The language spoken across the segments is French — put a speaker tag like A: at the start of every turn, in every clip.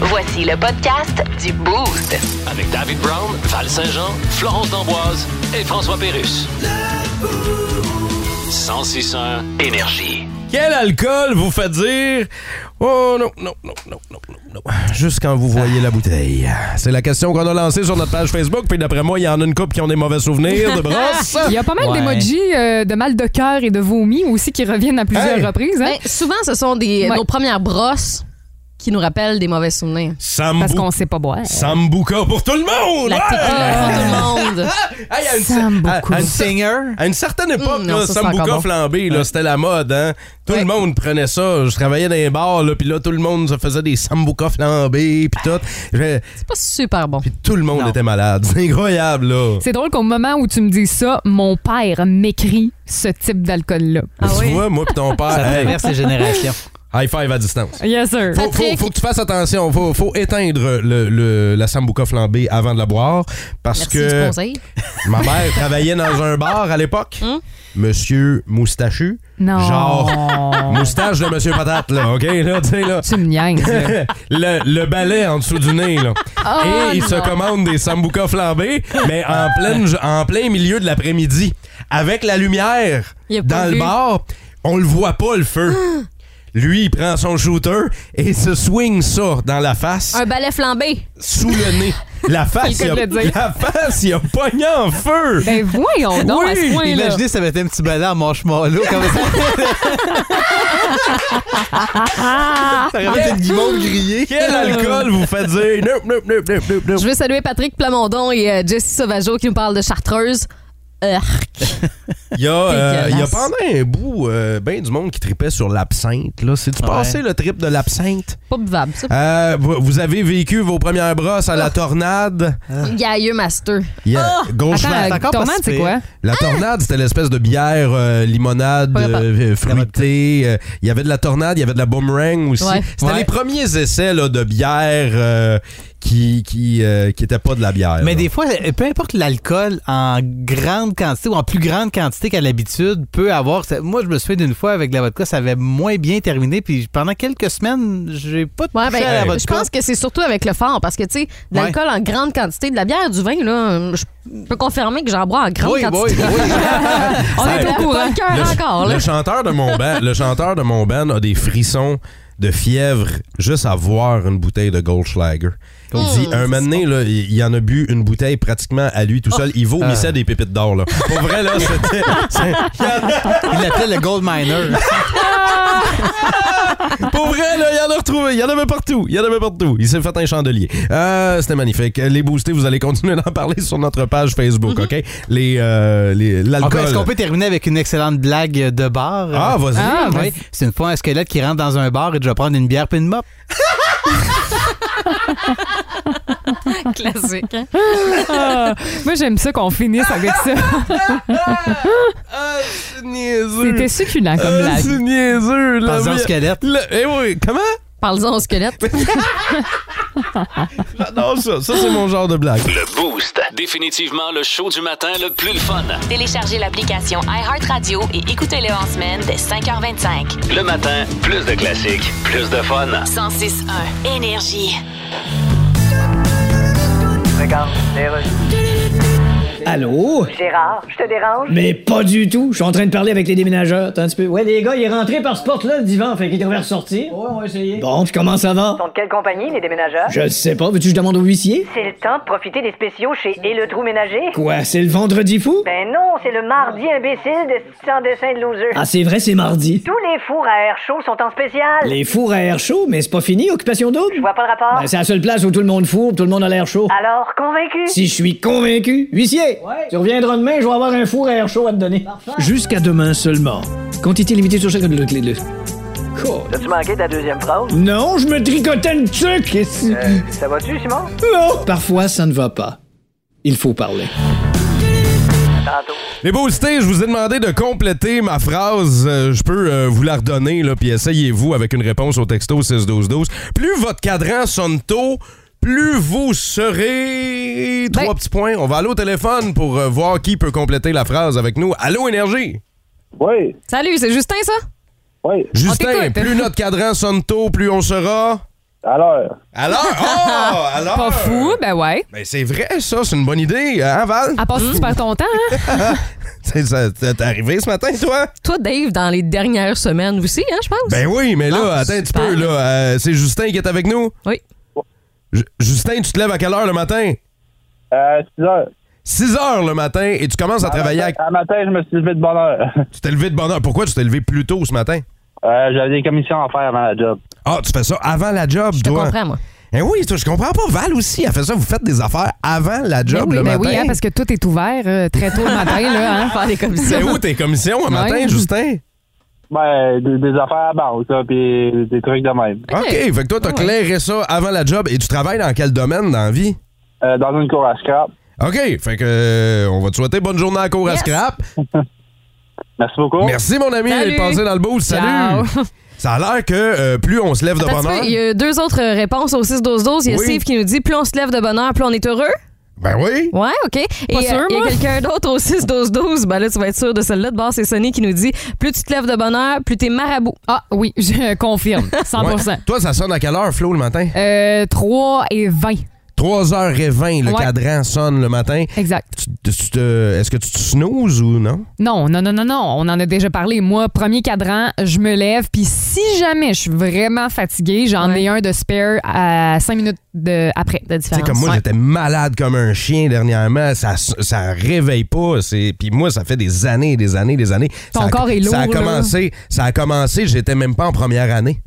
A: Voici le podcast du Boost.
B: Avec David Brown, Val Saint-Jean, Florence D'Amboise et François Pérus. 1061 Énergie.
C: Quel alcool vous fait dire Oh non, non, non, non, non, non, non. Juste quand vous voyez la bouteille. C'est la question qu'on a lancée sur notre page Facebook. Puis d'après moi, il y en a une couple qui ont des mauvais souvenirs de brosse.
D: Il y a pas mal
E: Ouais.
D: d'emojis euh, de mal de cœur et de vomi aussi qui reviennent à plusieurs
C: Hey.
D: reprises. hein.
E: Ben, souvent, ce sont des,
D: Ouais.
E: nos premières brosses qui nous rappellent des mauvais souvenirs.
D: parce
C: Sambou-
D: qu'on sait pas boire.
C: Sambuca pour tout le monde!
E: La
C: Ouais!
E: tequila pour tout le monde.
C: Hey, à, une,
D: Sambuca.
C: à- à une cer-
F: Singer.
C: à une certaine époque,
E: Mm, non,
C: là,
E: ça, c'est
C: Sambuca
E: encore bon.
C: flambé, là, c'était la mode. Hein? Tout le monde prenait ça. Je travaillais dans les bars, là, puis là, tout le monde se faisait des Sambuca flambés, puis tout. Je-
E: C'est pas super bon.
C: Puis tout le monde était malade. C'est incroyable, là.
D: C'est drôle qu'au moment où tu me dis ça, mon père m'écrit ce type d'alcool-là.
C: tu vois, moi pis ton père,
F: Ah Ça
C: hey,
F: traverse les générations.
C: high five à distance.
D: Yes, sir.
C: Faut, faut,
E: Patrick.
C: faut que tu fasses attention. Faut, faut éteindre le, le- la sambuca flambée avant de la boire. Parce
E: Merci du
C: que
E: conseil.
C: ma mère travaillait dans un bar à l'époque.
E: Hein?
C: Monsieur Moustachu.
D: Non.
C: Genre, moustache de Monsieur Patate, là. OK, là, tu sais, là.
D: Tu me niaises. là.
C: le, le balai en dessous du nez, là. Et il se commande des sambuca flambés, mais en, pleine, en plein milieu de l'après-midi, avec la lumière
E: Il a pas
C: dans le
E: vu.
C: bar, on le voit pas, le feu. Lui, il prend son shooter et se swing ça dans la face,
E: Un balai flambé.
C: sous le nez. La face,
D: Il
C: il a,
D: vient de le dire.
C: la face, il a pogné en feu.
D: ben voyons donc à ce point-là.
F: Imaginez, ça mettait un petit balai en marshmallow comme ça. ça aurait une guimauve grillée.
C: Quel alcool vous fait dire? Nope, nope, nope, nope, nope, nope.
E: Je veux saluer Patrick Plamondon et euh, Jessie Sauvageau qui nous parlent de Chartreuse. Urk.
C: Il y a, euh, il y a
E: Dégueulasse.
C: pendant un bout, euh, ben du monde qui tripait sur l'absinthe. Là, c'est-tu
F: Ouais.
C: passé le trip de l'absinthe?
E: Pas buvable, ça.
C: Euh, vous vous avez vécu vos premières brosses
D: Ah.
C: à la tornade.
E: Gailleux Master.
C: Yeah. Gauche verte.
D: Attends,
F: encore
D: Tornade,
F: participé.
D: c'est quoi?
C: La tornade, c'était l'espèce de bière euh, limonade
E: Pas capable.
C: euh, fruitée. Euh, Il y avait de la tornade, il y avait de la boomerang aussi.
E: Ouais.
C: C'était
F: Ouais.
C: les premiers essais là, de bière euh, qui qui, euh, qui était pas de la bière.
F: Mais
C: là.
F: des fois, euh, peu importe l'alcool, en grande quantité ou en plus grande quantité qu'à l'habitude, peut avoir. ça- Moi, je me souviens d'une fois avec la vodka, ça avait moins bien terminé. Puis pendant quelques semaines, j'ai pas touché
E: Ouais, ben,
F: à la vodka.
E: je pense que c'est surtout avec le fort parce que, tu sais, de
F: Ouais.
E: l'alcool en grande quantité, de la bière, du vin, là, je peux confirmer que j'en bois en grande
F: Oui,
E: quantité.
F: oui, oui.
E: On est
C: Ouais.
E: au courant.
C: Le
E: cœur
C: ch-
E: Ah, encore, là.
C: Le chanteur de mon band, le chanteur de mon band a des frissons de fièvre juste à voir une bouteille de Goldschlager. Il dit, un moment donné, là, il il en a bu une bouteille pratiquement à lui tout seul. Il vomissait des pépites d'or. là. Pour vrai, là, c'était...
F: Il l'appelait le Gold Miner.
C: Pour vrai, là, il y en a retrouvé. Il y en avait partout. Il y en avait partout. Il s'est fait un chandelier. Euh, C'était magnifique. Les boostés, vous allez continuer d'en parler sur notre page Facebook, OK? Les... euh, les-
F: On peut-
C: L'alcool.
F: Mhm. Ah, ben, Est-ce qu'on peut terminer avec une excellente blague de bar?
C: Ah, vas-y.
D: Ah,
F: Oui, c'est une fois un squelette qui rentre dans un bar et je vais prendre une bière puis une mop.
E: Classique. hein.
D: Ah, moi, j'aime ça qu'on finisse avec ça.
C: Ah, c'est niaiseux.
D: C'était succulent comme
C: Ah,
D: blague.
C: c'est niaiseux. là.
F: Dans un squelette.
C: Le- eh oui, comment?
E: Parle-en au squelette.
C: J'adore ça. Ça, c'est mon genre de blague.
B: Le Boost. Définitivement le show du matin le plus le fun.
A: Téléchargez l'application iHeartRadio et écoutez-le en semaine dès 5h25.
B: Le matin, plus de classiques, plus de fun.
A: 106.1 Énergie.
G: Allô?
H: Gérard, je te dérange?
G: Mais pas du tout. Je suis en train de parler avec les déménageurs. Attends un petit peu. Ouais, les gars, il est rentré par ce porte-là, le divan. Fait qu'il devrait ressortir. Ouais, on va essayer. Bon, puis comment ça va?
H: Sont de quelle compagnie, les déménageurs?
G: Je le sais pas. Veux-tu que je demande au huissier?
H: C'est le temps de profiter des spéciaux chez Et le Trou Ménager?
G: Quoi, c'est le vendredi fou?
H: Ben non, c'est le mardi imbécile de ce sans dessin de loser.
G: Ah, c'est vrai, c'est mardi.
H: Tous les fours à air chaud sont en spécial.
G: Les fours à air chaud, mais c'est pas fini, occupation
H: Je
G: double?
H: vois pas Ah. le rapport.
G: Ben, c'est la seule place où tout le monde fourbe, tout le monde a l'air chaud.
H: Alors, convaincu?
G: Si je suis convaincu, huissier, tu reviendras demain, je vais avoir un four à air chaud à te donner. Jusqu'à demain seulement. Quantité limitée sur chaque clé de...
H: As-tu manqué ta deuxième phrase?
G: Non, je me tricotais une tuque ici.
H: Euh, Ça va-tu, Simon?
G: Parfois, ça ne va pas. Il faut parler.
H: Tantôt.
C: Les boostés, je vous ai demandé de compléter ma phrase. Euh, je peux euh, vous la redonner, là, puis essayez-vous avec une réponse au texto 6-12-12. Plus votre cadran sonne tôt, plus vous serez...
D: Ben-
C: Trois petits points. On va aller au téléphone pour euh, voir qui peut compléter la phrase avec nous. Allô, Énergie?
I: Oui,
E: Salut, c'est Justin, ça?
I: oui.
C: Justin,
D: t'écoute.
C: plus notre cadran sonne tôt, plus on sera...
I: Alors,
C: Alors, oh, alors.
D: Pas fou, Ah. ben ouais.
C: Ben, c'est vrai, ça, c'est une bonne idée, hein, Val?
D: À part si tu perds ton temps, hein?
C: C'est- ça- T'es arrivé ce matin, toi?
E: Toi, Dave, dans les dernières semaines aussi, hein, je pense.
C: Ben oui, mais là,
E: Ah,
C: attends un petit
E: super.
C: peu, là. euh, c'est Justin qui est avec nous?
E: Oui.
C: Ju- Justin, tu te lèves à quelle heure le matin?
I: euh, 6 heures.
C: 6 heures le matin et tu commences à travailler. à-
I: À matin, je me suis levé de bonne heure.
C: Tu t'es levé de bonne heure. Pourquoi tu t'es levé plus tôt ce matin?
I: Euh, J'avais des commissions à faire avant la job.
C: Ah, tu fais ça avant la job,
E: Je te
C: toi?
E: comprends, moi.
C: Eh oui, toi, je comprends pas. Val aussi, elle fait ça. Vous faites des affaires avant la job
D: oui,
C: le
D: ben
C: matin.
D: oui, hein, parce que tout est ouvert euh, très tôt le matin, là, hein?
E: Faire des commissions.
C: C'est où tes commissions le matin,
D: Ouais.
C: Justin?
I: Ben, des, des affaires à banque, ça, puis des trucs de même.
C: OK, fait que
D: Ah
C: toi, t'as clairé ça avant la job et tu travailles dans quel domaine dans la vie?
I: Euh, dans une cour à scrap.
C: OK, fait que euh, on va te souhaiter bonne journée à la cour à
E: Yes.
C: scrap.
I: Merci beaucoup.
C: Merci, mon ami,
E: Salut.
C: d'être passé dans le beau. Salut! Ça a l'air que euh, plus on se lève de
E: Attends un
C: bonne
E: petit peu, Il y
C: heure.
E: a deux autres réponses au 6-12-12. Il y a
C: Oui.
E: Steve qui nous dit plus on se lève de bonne heure, plus on est heureux.
C: Ben oui!
E: Ouais, OK. Et
D: Pas
E: euh,
D: sûr,
E: il y a
D: moi.
E: quelqu'un d'autre au 6-12-12. Ben là, tu vas être sûr de celle-là. De base, c'est Sonny qui nous dit plus tu te lèves de bonne heure, plus t'es marabout.
D: Ah oui, je confirme, 100
C: Ouais. Toi, ça sonne à quelle heure, Flo, le matin?
D: Euh, 3 et 20,
C: 3h20, le
D: Ouais.
C: cadran sonne le matin.
D: exact.
C: Tu- tu te- Est-ce que tu te snoozes ou non?
D: Non, non, non, non, non. On en a déjà parlé. Moi, premier cadran, je me lève. Puis si jamais je suis vraiment fatiguée, j'en
E: Ouais.
D: ai un de spare à cinq minutes de, après.
E: De
C: Tu sais,
E: différence.
C: comme moi,
E: Ouais.
C: j'étais malade comme un chien dernièrement. Ça, ça réveille pas. C'est... Puis moi, ça fait des années, des années, des années.
D: Ton
C: ça a-
D: corps est
C: Ça a
D: lourd, là.
C: commencé, ça a commencé j'étais même pas en première année.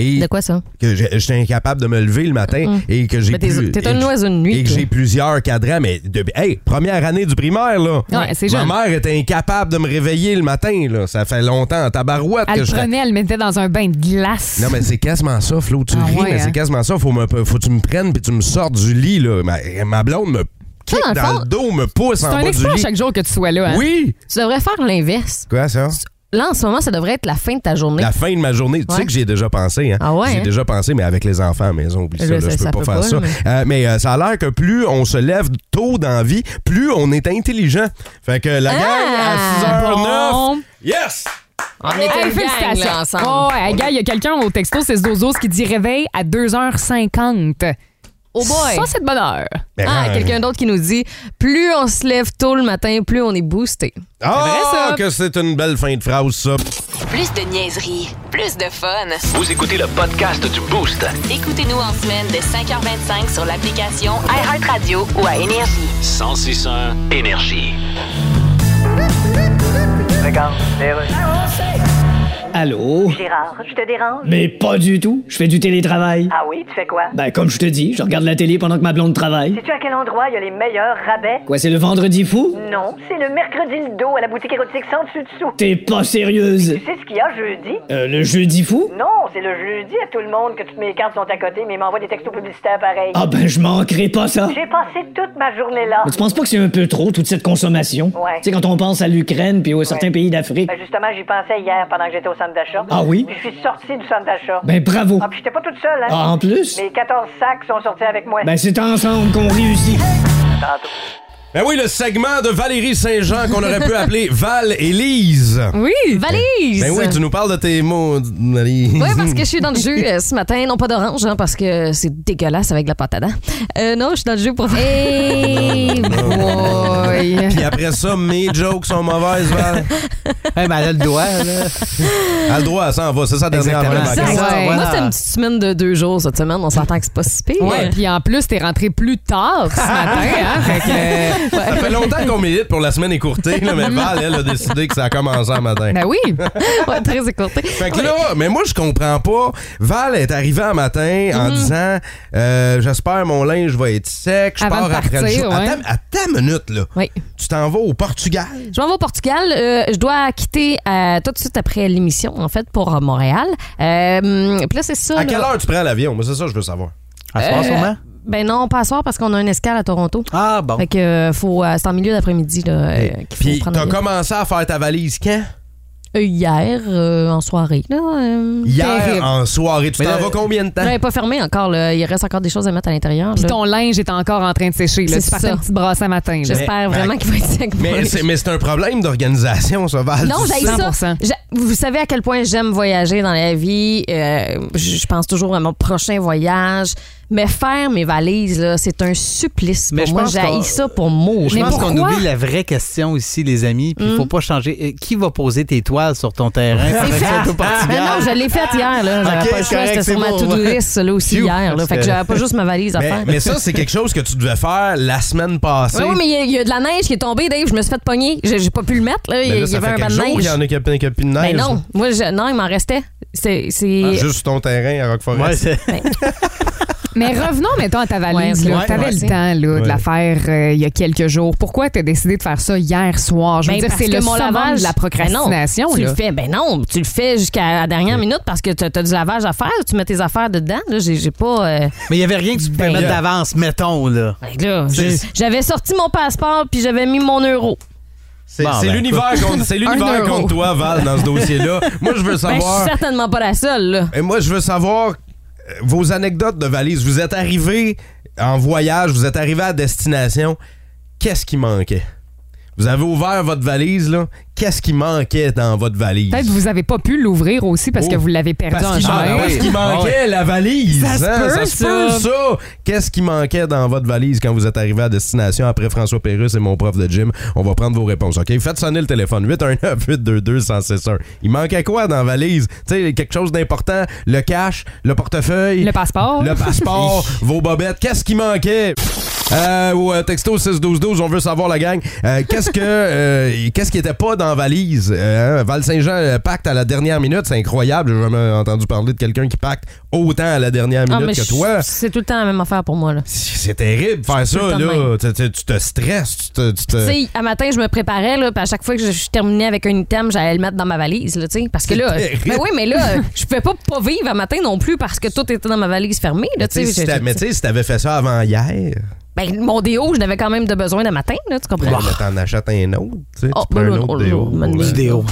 C: Et
E: De quoi ça?
C: que j'ai- j'étais incapable de me lever le matin
D: Mm.
C: et que j'ai
E: Ben, t'es-
C: plus-
E: t'es
C: et
E: un
C: que-
E: oiseau de nuit,
C: et que
E: toi.
C: j'ai plusieurs cadrans mais de, hey première année du primaire là
D: Ouais, c'est jeune.
C: ma mère était incapable de me réveiller le matin là ça fait longtemps en tabarouette
D: Elle
C: que
D: le
C: je serais-
D: prenait, elle le mettait dans un bain de glace.
C: non, mais c'est quasiment ça, Flo. Tu
D: Ah
C: ris,
D: ouais,
C: mais c'est
D: hein?
C: quasiment ça. Faut, me, faut que tu me prennes puis tu me sortes du lit, là. Ma, ma blonde me kick
E: dans
C: dans,
E: le fond,
C: le dos, me pousse
D: c'est
C: en
D: un
C: bas du
D: exploit
C: lit.
D: chaque jour que tu sois là. Hein?
C: Oui!
E: Tu devrais faire l'inverse.
C: Quoi, ça?
E: Là, en ce moment, ça devrait être la fin de ta journée.
C: La fin de ma journée. Tu
E: Ouais.
C: sais que j'ai déjà pensé, hein?
E: Ah ouais,
C: J'ai
E: hein?
C: déjà pensé, mais avec les enfants à la maison, oublie ça,
E: Je
C: là,
E: sais,
C: je peux
E: ça
C: pas
E: peut
C: faire
E: pas,
C: ça.
E: mais-
C: Euh, mais euh, ça a l'air que plus on se lève tôt dans la vie, plus on est intelligent. Fait que la
E: Ah!
C: gang, à 6h09,
D: Bon.
C: yes!
E: On est
D: Hey,
E: une gang,
D: félicitations.
E: là, ensemble.
D: Oh, ouais, gars, il y a quelqu'un au texto, c'est Zozo, qui dit réveil à 2h50.
E: Oh boy!
D: Ça, c'est de bonne heure.
C: Ben,
E: ah,
C: euh,
E: quelqu'un d'autre qui nous dit plus on se lève tôt le matin, plus on est boosté.
C: Ah, que c'est une belle fin de phrase, ça.
A: Plus de niaiserie, plus de fun.
B: Vous écoutez le podcast du Boost.
A: Écoutez-nous en semaine de 5h25 sur l'application iHeartRadio ou à Énergie.
B: 1061 Énergie.
G: Allô?
H: Gérard, je te dérange?
G: Mais pas du tout. Je fais du télétravail.
H: Ah oui, tu fais quoi?
G: Ben, comme je te dis, je regarde la télé pendant que ma blonde travaille.
H: Sais-tu à quel endroit il y a les meilleurs rabais?
G: Quoi, c'est le vendredi fou?
H: Non, c'est le mercredi le dos à la boutique érotique sans dessus-dessous.
G: T'es pas sérieuse.
H: Tu sais ce qu'il y a jeudi?
G: Euh, le jeudi fou?
H: Non, c'est le jeudi à tout le monde que toutes mes cartes sont à côté, mais ils m'envoient des textos publicitaires pareils.
G: Ah ben, je manquerai pas ça.
H: J'ai passé toute ma journée là.
G: Mais tu penses pas que c'est un peu trop, toute cette consommation?
H: Ouais.
G: Tu sais, quand on pense à l'Ukraine puis aux certains pays d'Afrique.
H: Ben, justement, j'y pensais hier pendant que j'étais au centre d'achat.
G: Ah oui?
H: Puis je suis sortie du centre d'achat.
G: Ben, bravo.
H: Ah, puis j'étais pas toute seule, hein?
G: Ah, en plus?
H: Mes 14 sacs sont sortis avec moi.
G: Ben, c'est ensemble qu'on réussit.
C: Ben oui, le segment de Valérie Saint-Jean qu'on aurait pu appeler Val et Lise.
E: Oui! Valise!
C: Ben oui, tu nous parles de tes mots, Valérie.
E: Oui, parce que je suis dans le jeu euh, ce matin. Non, pas d'orange, hein, parce que c'est dégueulasse avec la pâte à dents. Euh, non, je suis dans le jeu pour... Hey, boy!
C: Puis après ça, mes jokes sont mauvaises, Val.
F: Hey, mais elle a le doigt, là.
C: Elle a le droit, ça en va. C'est sa dernière
F: Exactement.
C: vraie
E: Exact.
C: vacances.
D: Ouais.
E: Moi,
C: Ah.
E: c'est une petite semaine de deux jours cette semaine. On s'entend que c'est pas si pire.
D: Ouais, puis en plus, t'es rentré plus tard ce matin. Hein? Fait
E: Euh,
D: que,
C: Ça fait longtemps qu'on milite pour la semaine écourtée, là, mais Val, elle a décidé que ça a commencé en matin.
D: ben oui.
E: Ouais, très écourté.
C: Fait que là, mais moi, je comprends pas. Val est arrivée un matin
E: Mhm.
C: en disant euh, J'espère mon linge va être sec, je
D: Avant
C: pars
D: de
C: après le
D: partir,
C: jour.
D: ouais.
C: Attends, attends une minute, là.
E: Oui.
C: Tu t'en vas au Portugal.
E: Je m'en vais au Portugal. Euh, je dois quitter euh, tout de suite après l'émission, en fait, pour euh, Montréal. Euh, puis là, c'est ça.
C: À
E: là.
C: quelle heure tu prends l'avion? Moi, c'est ça que je veux savoir.
F: À ce moment, sûrement.
E: Ben non, pas à soir parce qu'on a une escale à Toronto.
F: Ah, bon.
E: Fait que euh, faut, euh, c'est en milieu d'après-midi là, euh, qu'il faut
C: Puis,
E: prendre
C: t'as
E: l'avion.
C: commencé à faire ta valise quand?
E: euh, hier euh, en soirée. Là, euh,
C: Hier,
E: terrible.
C: en soirée, tu
F: Mais
C: t'en
F: là-
C: vas combien
F: Ah.
C: de temps?
E: Non, elle est pas fermée encore. là. Il reste encore des choses à mettre à l'intérieur.
D: Puis
E: là.
D: ton linge est encore en train de sécher. Là.
E: C'est
D: Tu partais
E: ça.
D: une petite brasse à matin. là.
E: J'espère
C: Mais-
E: vraiment qu'il va être sec.
C: Mais c'est mais c'est un problème d'organisation, ça, Val.
E: Non,
C: Tu
E: j'ai
C: sais.
E: ça.
D: 100%.
E: J'a- Vous savez à quel point j'aime voyager dans la vie. Euh, je je pense toujours à mon prochain voyage. Mais faire mes valises, là, c'est un supplice.
F: Mais
E: pour
F: je
E: moi,
F: pense qu'on-
E: j'ai ça pour mourir.
F: Je
D: Mais
F: pense qu'on
D: pourquoi? Hmm.
F: oublie la vraie question ici, les amis. Puis il faut pas changer. Euh, Qui va poser tes toiles sur ton terrain?
E: C'est fait.
D: Ah,
E: Ah, Mais non, je l'ai faite hier. là. J'avais
F: Ok,
E: pas le choix.
F: correct,
E: C'était
F: c'est
E: sur ma
F: bon,
E: to-do
F: ouais.
E: list là, aussi
F: Phew,
E: hier. Là.
F: parce
E: Fait que
F: que-
E: j'avais pas juste ma valise à
C: Mais,
E: faire.
C: mais ça, c'est quelque chose que tu devais faire la semaine passée.
E: Oui, oui, mais il y a- il y, a de la neige qui est tombée, Dave. Je me suis fait pogner. J'ai j'ai pas pu le mettre. Là.
C: Ben
E: Il
C: là,
E: y- il y
C: ça
E: avait
C: fait
E: un banc
C: quelques
E: de
C: jours qu'il y en
E: neige.
C: a qui a plus de neige. hein.
E: Mais non, moi, je- non, il m'en restait. C'est. c'est-
C: Ah, Juste ton terrain à Roquefort.
F: Ouais, c'est-
D: Mais revenons, mettons, à ta valise.
E: Ouais,
D: là.
E: ouais,
D: T'avais
E: ouais.
D: le temps là,
C: Ouais.
D: de la faire euh, il y a quelques jours. Pourquoi t'as décidé de faire ça hier soir? Je veux
E: Ben,
D: dire,
E: parce
D: c'est
E: que
D: le
E: mon
D: summum
E: lavage
D: de la procrastination.
E: Ben non, tu
D: là.
E: le fais. Ben non, tu le fais jusqu'à la dernière minute parce que tu as, du lavage à faire. Tu mets tes affaires dedans. Là, j'ai, j'ai pas. euh,
F: Mais il n'y avait rien que tu pouvais
E: Ben,
F: mettre
C: là.
F: d'avance, mettons, là.
E: fait que là,
F: C'est-
E: j'ai- j'avais sorti mon passeport puis j'avais mis mon euro.
C: C'est
F: Bon,
C: c'est
F: ben.
C: l'univers contre, c'est l'univers
E: Un euro.
C: contre toi, Val, dans ce dossier-là. Moi, je veux
E: Ben, je suis
C: savoir.
E: certainement pas la seule. Là.
C: Et moi, je veux savoir euh, vos anecdotes de valise. Vous êtes arrivé en voyage, vous êtes arrivé à destination. Qu'est-ce qui manquait? Vous avez ouvert votre valise, là. Qu'est-ce qui manquait dans votre valise?
D: Peut-être que vous avez pas pu l'ouvrir aussi parce
C: Oh.
D: que vous l'avez perdu
C: Parce
D: en
C: qu'il man-
D: chemin.
C: parce qu'il manquait la valise.
D: Ça se peut,
C: peut,
D: ça.
C: ça. Qu'est-ce qui manquait dans votre valise quand vous êtes arrivé à destination après François Pérusse et mon prof de gym? On va prendre vos réponses, OK? Faites sonner le téléphone. 819-822-1061. Il manquait quoi dans la valise? Tu sais, quelque chose d'important. Le cash, le portefeuille.
D: Le passeport.
C: Le passeport, vos bobettes, qu'est-ce qui manquait? Euh, ou euh, texto 61212, on veut savoir la gang. Euh, qu'est-ce que euh, qu'est-ce qui était pas dans la valise? Euh, hein, Val Saint-Jean euh, pacte à la dernière minute, c'est incroyable, j'ai jamais entendu parler de quelqu'un qui pacte autant à la dernière
E: Ah,
C: minute
E: mais
C: que
E: je-
C: toi.
E: C'est tout le temps la même affaire pour moi. Là.
C: C'est terrible faire
E: tout
C: ça
E: le temps
C: là, tu, tu- tu te stresses, tu te, tu te-
E: Tu sais, à matin, je me préparais, là, puis à chaque fois que je, je terminais avec un item, j'allais le mettre dans ma valise, là, tu sais. Parce que là,
C: C'est terrible.
E: ben oui, mais là, je pouvais pas pas vivre à matin non plus parce que tout était dans ma valise fermée, là,
C: Mais
E: tu sais.
C: si
E: Je-
C: t'a-
E: je-
C: mais tu sais, si t'avais fait ça avant hier,
E: Ben, mon déo, je n'avais quand même de besoin le matin, là, tu comprends?
C: ben, là, t'en achètes un autre. tu sais,
E: Oh,
C: tu prends
E: ben
C: un
E: là,
C: autre
E: là,
C: déo.
E: man-
C: Ouais.
F: Du déo.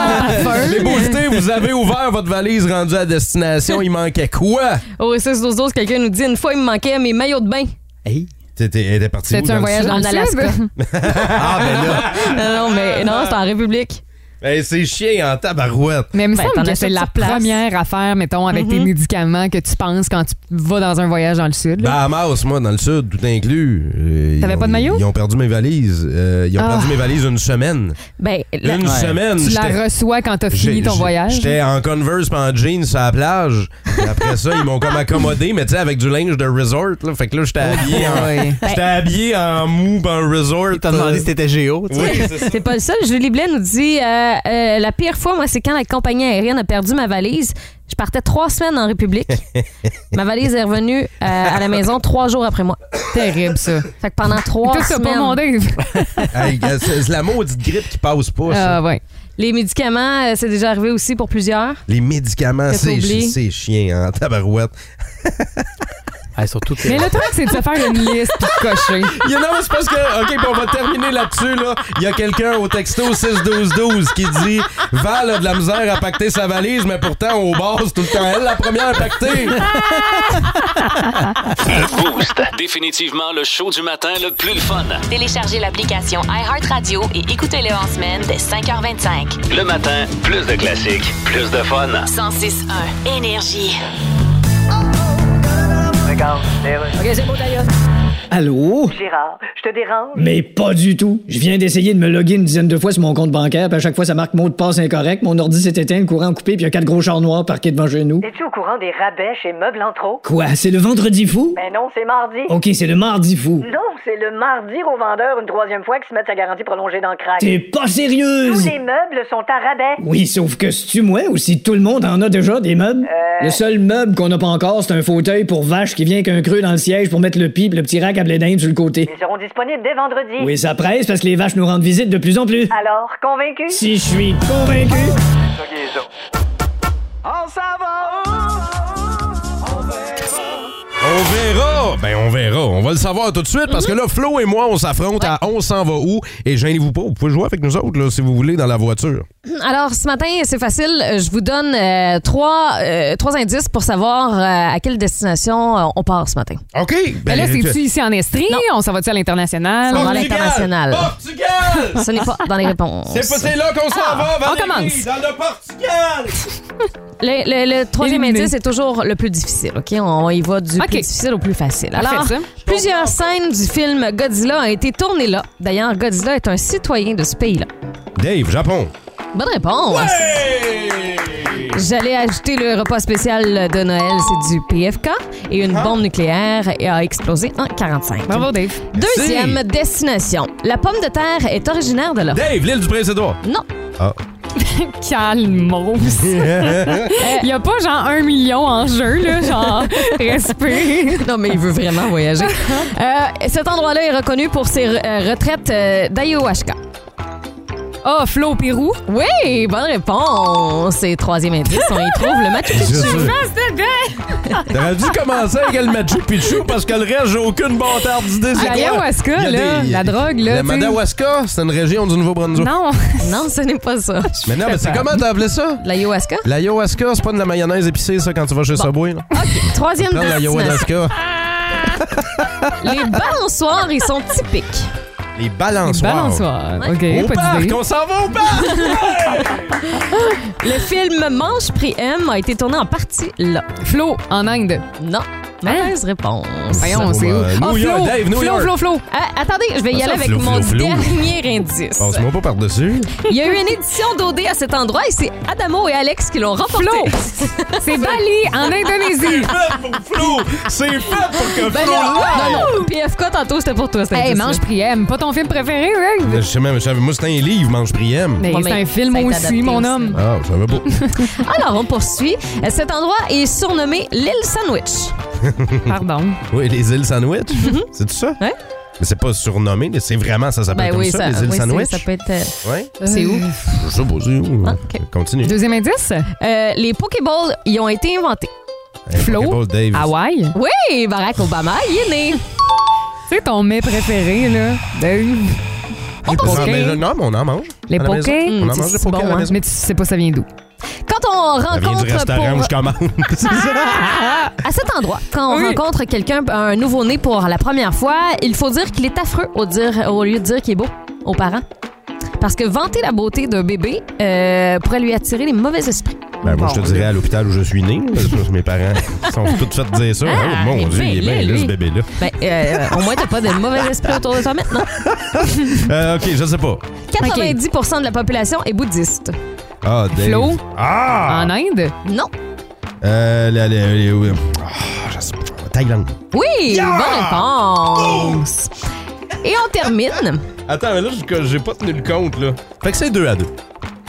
E: Ah!
C: Les beautés, vous avez ouvert votre valise rendue à destination. Il manquait quoi?
E: Au 6-12-12, quelqu'un nous dit une fois, il me manquait mes maillots de bain.
F: Hey.
C: T'étais elle était partie où,
D: C'était
C: dans
D: un
C: le
D: voyage
C: sud?
D: dans
E: En
D: le
E: Alaska.
D: sud?
C: Ah, ben là.
E: non, non, mais non, c'est en République.
C: Ben, c'est chiant en tabarouette.
D: Mais il me
E: Ben, t'en
D: semble que
E: achètes
D: c'est la
E: sur place. Mm-hmm.
D: première affaire, mettons, avec tes médicaments que tu penses quand tu vas dans un voyage dans le sud. là.
C: Bahamas, Ben, moi, dans le sud, tout inclus. Euh,
D: T'avais
C: ils ont-
D: pas de maillot?
C: Ils ont perdu mes valises. Euh, ils ont
D: Ah.
C: perdu mes valises une semaine.
E: Ben, la-
C: Une
F: Ouais.
C: semaine.
D: tu
C: Ben, j'étais-
D: la reçois quand t'as fini
C: j'ai-
D: ton
C: j'ai-
D: voyage.
C: J'étais en Converse pis en jeans sur la plage. Et après ça, ils m'ont comme accommodé, mais tu sais, avec du linge de resort. Là. Fait que là, j'étais
D: Oh,
C: habillé en...
D: Ouais.
C: J'étais habillé en mou pis en resort. euh,
F: T'as demandé si t'étais géo, tu sais.
C: Oui, c'est ça.
E: c'est pas le seul. Julie Blais nous dit euh, euh, La pire fois, moi, c'est quand la compagnie aérienne a perdu ma valise. Je partais trois semaines en République. ma valise est revenue euh, à la maison trois jours après moi.
D: Terrible, ça.
E: Fait que pendant trois
D: Toi, t'as
E: semaines.
D: pas mon Dave.
C: Hey, c'est c'est la maudite grippe qui passe pas, ça.
D: Ah, ouais.
E: les médicaments, euh, c'est déjà arrivé aussi pour plusieurs.
C: Les médicaments,
E: Que
C: c'est
E: t'oublies.
C: chi- c'est chiant, hein, tabarouette.
F: Ah, surtout, t'es-
D: Mais le truc, c'est de se faire une liste puis de cocher.
C: Il y en a, mais c'est parce que. OK, puis on va terminer là-dessus, là. Il y a quelqu'un au texto 6-12-12 qui dit Val a de la misère à pacter sa valise, mais pourtant, au bas, c'est tout le temps elle la première à pacter.
B: Le Boost. Définitivement le show du matin le plus le fun.
A: Téléchargez l'application iHeartRadio et écoutez-le en semaine dès 5h25.
B: Le matin, plus de classiques, plus de fun.
A: 106.1 Énergie.
G: Allô?
H: Gérard, je te dérange?
G: Mais pas du tout. Je viens d'essayer de me loguer une dizaine de fois sur mon compte bancaire, puis à chaque fois, ça marque mot de passe incorrect. Mon ordi s'est éteint, le courant coupé, puis il y a quatre gros chars noirs parqués devant chez nous.
H: Es-tu au courant des rabais chez Meubles en trop?
G: Quoi? C'est le vendredi fou?
H: Ben non, c'est mardi.
G: Ok, c'est le mardi fou.
H: Non, c'est le mardi au vendeur une troisième fois qu'ils se mettent sa garantie prolongée dans le crack.
G: T'es pas
H: Tous
G: sérieuse!
H: les meubles sont à rabais.
G: Oui, sauf que si tu moi ou si tout le monde en a déjà des meubles.
H: Euh.
G: Le seul meuble qu'on n'a pas encore, c'est un fauteuil pour vache qui vient qu'un creux dans le siège pour mettre le pied pis le petit rack à blé d'Inde sur le côté.
H: Ils seront disponibles dès vendredi. Ah.
G: Oui, ça presse parce que les vaches nous rendent visite de plus en plus.
H: Alors, convaincu?
G: Si je suis convaincu.
C: On On verra. Ben, on verra. On va le savoir tout de suite parce que là, Flo et moi, on s'affronte à On s'en va où. Et gênez-vous pas, vous pouvez jouer avec nous autres là, si vous voulez dans la voiture.
E: Alors, ce matin, c'est facile. Euh, Je vous donne euh, trois, euh, trois indices pour savoir euh, à quelle destination euh, on part ce matin.
C: OK.
D: Mais
C: Ben,
D: là,
C: tu-
D: c'est-tu ici en Estrie? On s'en va-tu à l'international?
E: On va à
C: Portugal!
E: l'international.
C: Portugal!
E: Ce n'est pas dans les réponses.
C: C'est pas- c'est là qu'on s'en va, Valérie,
D: Ah, commence.
C: Dans le Portugal!
E: Le, le- le troisième
D: Éliminé.
E: indice est toujours le plus difficile, OK? On y va du
D: OK.
E: plus difficile au plus facile.
D: Parfait,
E: Alors,
D: ça.
E: plusieurs scènes du film Godzilla ont été tournées là. D'ailleurs, Godzilla est un citoyen de ce pays-là.
C: Dave, Japon.
E: Bonne réponse! J'allais ajouter le repas spécial de Noël, c'est du PFK. Et une bombe nucléaire a explosé en 45.
D: Bravo, Dave.
E: Deuxième destination. La pomme de terre est originaire de là.
C: Dave, l'île du Prince-Édouard.
E: Non.
C: Ah.
D: Calmos. Il y a pas genre un million en jeu, là, genre respect.
E: Non, mais il veut vraiment voyager. Euh, cet endroit-là est reconnu pour ses re- euh, retraites euh, d'ayahuasca. Oh,
D: Ah, Flo au Pérou.
E: Oui, bonne réponse. C'est troisième indice. On y trouve le Ah, match.
C: Je sais. T'aurais dû commencer avec le Machu Picchu parce que le reste, j'ai aucune bâtarde d'idée. c'est quoi.
D: Ayahuasca,
C: Il y a
D: là,
C: des-
D: la drogue, là,
C: La
D: tu sais.
C: Madawaska, c'est une région du Nouveau-Brunswick.
D: Non.
E: Non, ce n'est pas ça.
C: Mais non, mais c'est comment t'as appelé ça?
E: L'ayahuasca.
C: L'ayahuasca, c'est pas de la mayonnaise épicée, ça, quand tu vas chez Subway. là.
E: Troisième
C: Prends de
E: destination.
C: l'ayahuasca.
E: Les balançoires, ils sont typiques.
C: Les balançoires.
D: Balançoire. OK,
C: Au
D: pas
C: parc,
D: d'idée.
C: on s'en va au parc!
E: Le film Manche Prix M a été tourné en partie là.
D: Flo, en Inde.
E: Non. Mauvaise
C: Hein?
E: réponse.
D: Voyons, c'est où?
C: euh, New
D: Ah,
C: York,
D: Flo,
C: Dave, New
D: Flo,
C: York.
D: Flo, Flo.
E: Ah, attendez, je vais y
C: Ça,
E: aller avec
C: flou,
E: mon
C: flou, flou.
E: dernier indice.
C: Passe-moi pas par-dessus.
E: Il y a eu une édition d'OD à cet endroit et c'est Adamo et Alex qui l'ont remporté.
D: C'est Bali, en Indonésie.
C: fait pour Flo! C'est fait pour que
E: Ben là, non, non. PFK, tantôt, c'était pour toi. cet
D: Hey,
E: indice-là.
D: mange prième. Pas ton film préféré,
C: Je
D: ouais?
C: sais même, je savais- moi, c'est un livre, Mange Prième.
D: Mais
E: Ouais,
D: c'est
E: mais
D: un film
E: ça a été
D: aussi,
E: adapté
D: mon
E: aussi.
D: homme.
C: Ah, je savais pas.
E: Alors, on poursuit. Cet endroit est surnommé l'île Sandwich.
D: Pardon.
C: Oui, les îles sandwich. C'est tout ça?
E: Mhm. Ouais.
C: Mais c'est pas surnommé, mais c'est vraiment ça s'appelle comme Ben, ça, les îles
E: Ben oui,
C: sandwich.
E: c'est- ça peut être. euh,
C: Ouais.
E: C'est où?
C: Je sais pas, c'est où. hein.
E: ok.
C: Continue.
D: Deuxième indice,
E: Euh, les Pokéballs y ont été inventés.
C: Hey,
D: Flo,
C: Pokéball Dave.
E: Ah,
D: Hawaï.
E: Oui, Barack Obama y est né.
D: C'est ton mets préféré, là, Dave.
C: Les Pokés.
D: Pokés.
C: Mais je- Non, mais on en mange.
D: Les
C: À la
D: Pokés.
C: maison. On en
E: Mm,
C: mange des
E: c'est
C: pokés à
E: bon,
C: la
E: hein.
C: maison.
D: Mais tu sais pas ça vient d'où.
E: Quand on
C: Ça vient du
E: rencontre
C: restaurant
E: pour-
C: où je commande. C'est ça.
E: à cet endroit, quand on
D: Oui.
E: rencontre quelqu'un, un nouveau-né pour la première fois, il faut dire qu'il est affreux au, dire, au lieu de dire qu'il est beau aux parents. Parce que vanter la beauté d'un bébé euh, pourrait lui attirer les mauvais esprits.
C: Ben, moi, je te
D: Bon,
C: dirais à l'hôpital où je suis né. parce que Mes parents sont tout faits de dire ça.
E: Ah,
C: Oh,
E: il
C: mon
E: est
C: Dieu, il est
E: bien
C: bien
E: laid,
C: là, ce
E: lui.
C: bébé-là.
E: Ben, euh, au moins, t'as pas de mauvais esprits autour de toi maintenant.
C: Euh, OK, je sais pas.
E: 90 de la population est bouddhiste.
C: Ah, Dave.
D: Flo,
C: Ah!
D: en Inde.
E: Non.
C: Euh, la, la- la- oui. Ah, je sais pas. Thaïlande.
E: Oui, bonne réponse. Et on termine.
C: Attends, mais là, j'ai- j'ai pas tenu le compte, là. Fait que c'est 2 à 2.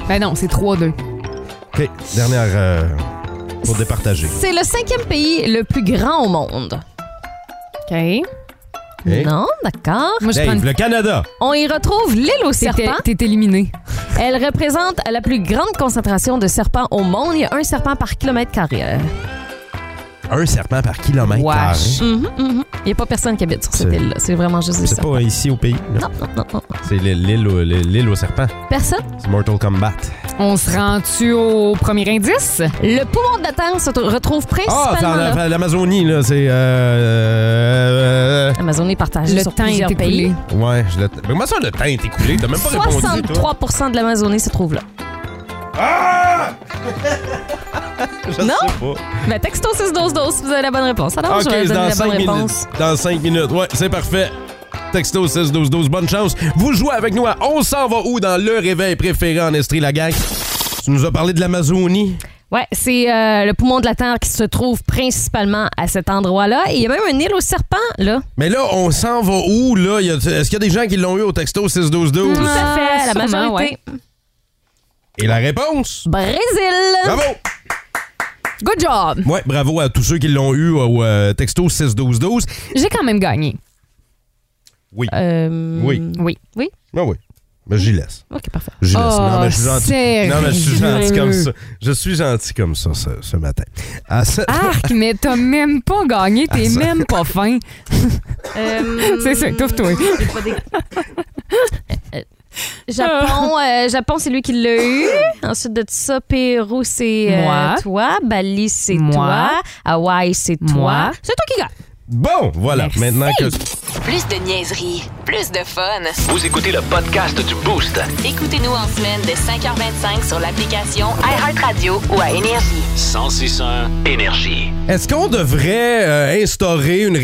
D: Ben non, c'est 3-2.
C: OK, dernière euh, pour départager.
E: C'est le cinquième pays le plus grand au monde.
D: OK.
C: Eh?
E: Non, d'accord.
D: Moi, je prends
C: Dave,
D: une...
C: le Canada.
E: On y retrouve l'île aux
D: T'es-
E: serpents.
D: T'es éliminé.
E: Elle représente la plus grande concentration de serpents au monde. Il y a un serpent par kilomètre carré. Euh,
C: Un serpent par kilomètre
D: Wesh.
C: carré.
E: mhm,
D: Mm-hmm,
E: mhm. Il n'y a pas personne qui habite sur cette
C: C'est-
E: île. C'est vraiment juste des
C: C'est
E: serpents.
C: pas ici au pays. là.
E: Non, non, non, non.
C: C'est l'île- l'île au- l'île au serpent.
E: Personne.
C: C'est Mortal Kombat.
D: On se rend-tu au premier indice?
E: Le poumon de la Terre se t- retrouve
C: Ah,
E: principalement
C: c'est en-
E: là.
C: en- l'Amazonie, là. C'est. euh, euh,
E: Amazon est partagée
D: Le
E: sur
D: temps est
E: plusieurs pays.
D: écoulé.
C: euh, ouais, je l'ai. Mais moi, ça, le temps est écoulé. T'as même pas répondu. toi.
E: 63 de l'Amazonie se trouve là.
C: Je
E: Non?
C: sais pas.
E: Ben, texto 612 si vous avez la bonne réponse. Alors,
C: Ah, Ok,
E: je vais
C: c'est
E: vous donner
C: dans
E: la bonne
C: 5 minutes.
E: réponse.
C: Dans 5 minutes, ouais, c'est parfait. Texto 16 12 12 bonne chance. Vous jouez avec nous à On s'en va où dans le réveil préféré en Estrie, la gang. Tu nous as parlé de l'Amazonie.
E: Ouais, c'est euh, le poumon de la Terre qui se trouve principalement à cet endroit-là. Et il y a même un île aux serpents, là.
C: Mais là, on s'en va où, là? Y a- Est-ce qu'il y a des gens qui l'ont eu au texto 6 12 12?
E: Tout à fait, la
D: Ah, sûrement,
E: majorité.
C: Et la réponse?
E: Brésil!
C: Bravo!
D: Good job!
C: Ouais, bravo à tous ceux qui l'ont eu au euh, texto 6 12 12.
D: J'ai quand même gagné.
C: Oui.
E: Euh,
C: Oui.
D: Oui.
E: Oui.
C: Ah oui. Ben, j'y laisse.
E: OK, parfait.
C: J'y laisse.
D: Oh,
C: non, mais je suis gentil.
D: sérieux?
C: Non, mais je suis gentil comme ça. Je suis gentil comme ça ce, ce matin. À ce-
D: Arc, mais t'as même pas gagné, t'es
C: Ah, ça-
D: même pas fin.
E: Euh,
D: C'est ça, étouffe-toi.
E: j'ai pas des- Euh, Japon,
D: Ah.
E: euh, Japon c'est lui qui l'a eu. Ensuite de ça, Pérou, c'est euh,
D: Moi.
E: toi. Bali, c'est
D: Moi.
E: toi. Hawaï, c'est toi.
D: Moi.
E: C'est toi qui gagne.
C: Bon, voilà.
D: Merci.
C: Maintenant que.
A: Plus de niaiserie, plus de fun.
B: Vous écoutez le podcast du Boost.
A: Écoutez-nous en semaine de 5h25 sur l'application iHeartRadio ou à Énergie.
B: 1061 Énergie.
C: Est-ce qu'on devrait euh, instaurer une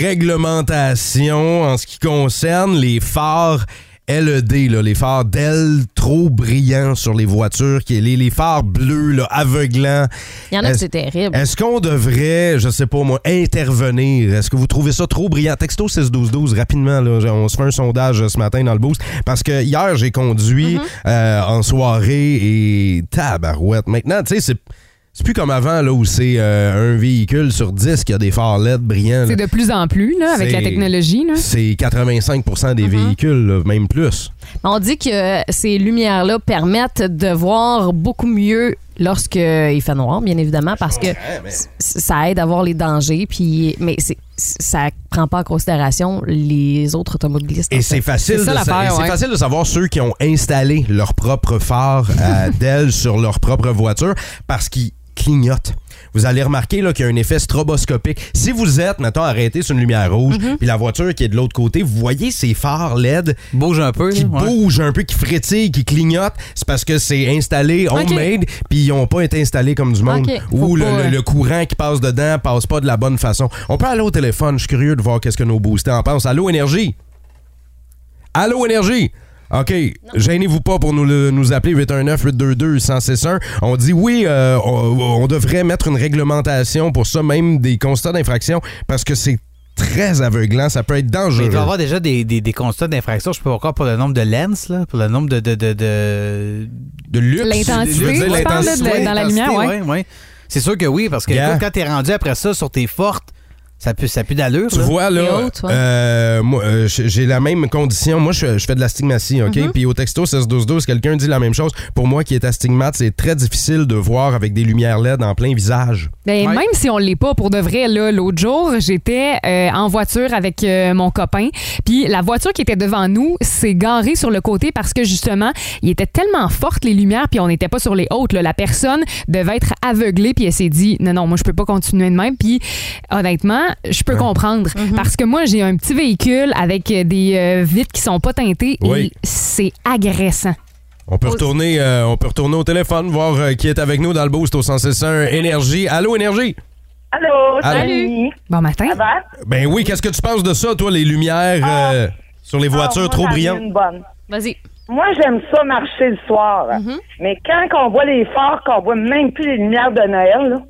C: réglementation en ce qui concerne les phares LED, là, les phares d'ailes trop brillants sur les voitures, qui les, les phares bleus, là, aveuglants?
E: Il y en a que
C: Est-ce-
E: c'est terrible.
C: Est-ce qu'on devrait, je sais pas moi, intervenir? Est-ce que vous trouvez ça trop brillant? Texto 6-12-12, rapidement, là, on se fait un sondage euh, ce matin dans le boost. Parce que hier, j'ai conduit euh, en soirée et tabarouette. Maintenant, tu sais, c'est... C'est plus comme avant, là, où c'est euh, un véhicule sur 10 qui a des phares LED brillants. là.
D: C'est de plus en plus, là, avec la
C: C'est-
D: technologie, là.
C: C'est 85 des véhicules, là, même plus.
E: On dit que ces lumières-là permettent de voir beaucoup mieux lorsque il fait noir, bien évidemment, parce que c- ça aide à voir les dangers. Puis, mais c'est- c- ça prend pas en considération les autres automobilistes. en
C: Et
E: fait.
C: c'est facile,
D: C'est ça
C: de sa-
D: l'affaire,
C: et c'est
D: ouais.
C: facile de savoir ceux qui ont installé leur propre phare à Dell sur leur propre voiture parce qu'ils clignotent. Vous allez remarquer là, qu'il y a un effet stroboscopique. Si vous êtes, maintenant arrêté sur une lumière rouge,
D: Mm-hmm.
C: puis la voiture qui est de l'autre côté, vous voyez ces phares LED
F: Bouge un peu.
C: qui
F: là, ouais.
C: bougent un peu, qui frétillent, qui clignotent, c'est parce que c'est installé homemade, puis ils n'ont pas été installés comme du monde.
E: Ok. Faut
C: Ou le,
E: pas,
C: le-
E: euh.
C: le courant qui passe dedans passe pas de la bonne façon. On peut aller au téléphone, je suis curieux de voir qu'est-ce que nos boostés en pensent. Allô, énergie? Allô, énergie? OK, gênez-vous pas pour nous, le- nous appeler 819-822-1061. On dit oui, euh, on, on devrait mettre une réglementation pour ça, même des constats d'infraction, parce que c'est très aveuglant, ça peut être
F: Mais
C: dangereux.
F: il doit y avoir déjà des, des, des constats d'infraction, je peux encore pour le nombre de lens, là, pour le nombre de. de, de, de-
C: De luxe,
D: L'intensité,
C: je veux dire,
D: tu parles, là, de
C: l'intensité.
D: dans la
F: intensité,
D: lumière, ouais.
F: ouais. C'est sûr que oui, parce que
C: Yeah.
F: écoute, quand t'es rendu après ça sur tes fortes, ça pue, ça pue d'allure.
C: Tu
F: là.
C: vois,
E: Et
C: là,
E: autres, ouais.
C: euh, moi, euh, j'ai j'ai la même condition. Moi, je, je fais de l'astigmatie, OK?
E: Mm-hmm.
C: Puis au texto 16-12-12, quelqu'un dit la même chose. Pour moi qui est astigmate, c'est très difficile de voir avec des lumières LED en plein visage.
D: Ben,
F: Ouais.
D: Même si on l'est pas, pour de vrai, là, l'autre jour, j'étais euh, en voiture avec euh, mon copain. Puis la voiture qui était devant nous s'est garée sur le côté parce que justement, il était tellement forte les lumières, puis on n'était pas sur les hautes. là. La personne devait être aveuglée, puis elle s'est dit non, non, moi, je peux pas continuer de même. Puis honnêtement, je peux comprendre.
H: Mhm.
D: Parce que moi, j'ai un petit véhicule avec euh, des euh, vitres qui sont pas teintées
C: Oui.
D: et c'est agressant.
C: On peut, retourner, euh, on peut retourner au téléphone, voir euh, qui est avec nous dans le boost au 161 Énergie. Allô, Énergie?
H: Allô,
C: salut.
D: Bon matin.
H: Ça va?
C: Ben oui, qu'est-ce que tu penses de ça, toi, les lumières euh, sur les voitures
H: Ah,
C: trop
H: moi, j'en ai
C: brillantes?
H: une bonne.
E: Vas-y.
H: Moi, j'aime ça marcher le soir. Mais quand on voit les phares, qu'on voit même plus les lumières de Noël, là,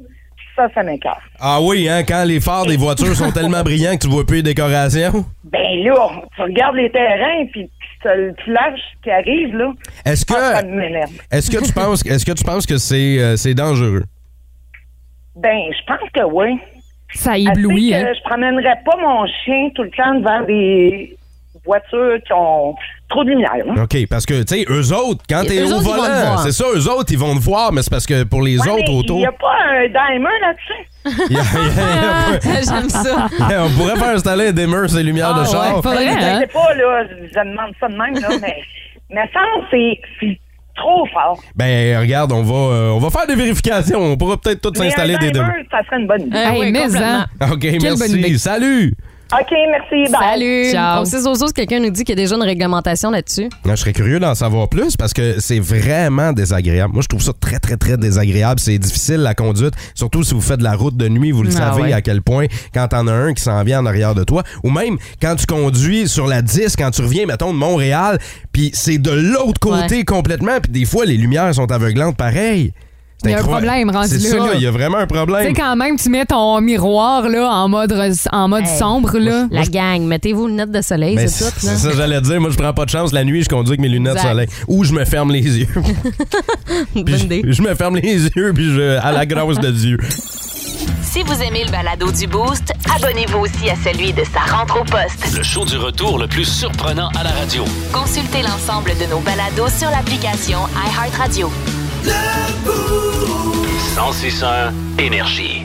H: ça, ça m'écarte.
C: Ah oui, hein, quand les phares des voitures sont tellement brillants que tu vois plus les décorations?
H: Ben là, on- tu regardes les terrains, puis t'as le flash qui arrive, là.
C: Est-ce que,
H: Ah, ça m'énerve.
C: est-ce que tu penses, est-ce que tu penses que c'est, euh, c'est dangereux?
H: Ben, je pense que oui.
D: Ça
H: Assez
D: éblouit.
H: que
D: hein.
H: Je promènerais pas mon chien tout le temps devant des voitures qui ont trop de lumière. hein.
C: OK, parce que, tu sais, eux autres, quand
E: Et
C: t'es
E: eux
C: au
E: autres, ils vont te
C: volant,
E: voir.
C: c'est ça, eux autres, ils vont te voir, mais c'est parce que pour les
H: Ouais,
C: autres
H: mais Il
C: autour,
H: n'y a pas un dimer là-dessus.
C: y a- y a- y a-
E: J'aime ça.
C: on pourrait faire installer des murs sur les lumières de
D: Ah
C: char.
D: ouais, pas vrai,
H: Je
D: hein?
H: sais pas, là, je je demande ça de même, là, mais, mais ça, c'est c'est trop fort.
C: Ben, regarde, on va, euh, on va faire des vérifications. On pourra peut-être tous
H: Mais
C: s'installer
H: un
C: des deux.
H: dimer, ça serait une bonne idée.
E: Ah
D: Hey,
E: oui,
D: mais
E: complètement.
D: hein.
C: OK,
D: bonne
C: merci.
D: idée.
C: Salut.
D: Euh.
H: OK, merci. Bye.
E: Salut.
D: Ciao.
E: Au 6 quelqu'un nous dit qu'il y a déjà une réglementation là-dessus.
C: Non, je serais curieux d'en savoir plus parce que c'est vraiment désagréable. Moi, je trouve ça très, très, très désagréable. C'est difficile la conduite, surtout si vous faites de la route de nuit. Vous le
D: Ah
C: savez
D: ouais.
C: à quel point quand t'en as un qui s'en vient en arrière de toi. Ou même quand tu conduis sur la 10, quand tu reviens, mettons, de Montréal, puis c'est de l'autre côté complètement. Puis des fois, les lumières sont aveuglantes pareil. C'est
D: Il y a un
C: incroyable.
D: problème rendu
C: C'est
D: là,
C: ça,
D: là.
C: il y a vraiment un
D: Tu
C: problème.
D: sais, quand même, tu mets ton miroir là, en mode, res- en mode
E: Hey.
D: sombre. Là.
E: La gang, mettez-vous lunettes de soleil,
C: Mais
E: c'est tout. là.
C: Ben, c'est ça, j'allais dire. Moi, je prends pas de chance. La nuit, je conduis avec mes lunettes
E: Exact.
C: soleil. Ou je me ferme les yeux.
E: Bonne
C: Puis
E: idée.
C: je, je me ferme les yeux puis je, à la grâce de Dieu.
A: Si vous aimez le balado du Boost, abonnez-vous aussi à celui de sa rentre au poste.
B: Le show du retour le plus surprenant à la radio.
A: Consultez l'ensemble de nos balados sur l'application iHeartRadio.
B: 1061 Énergie.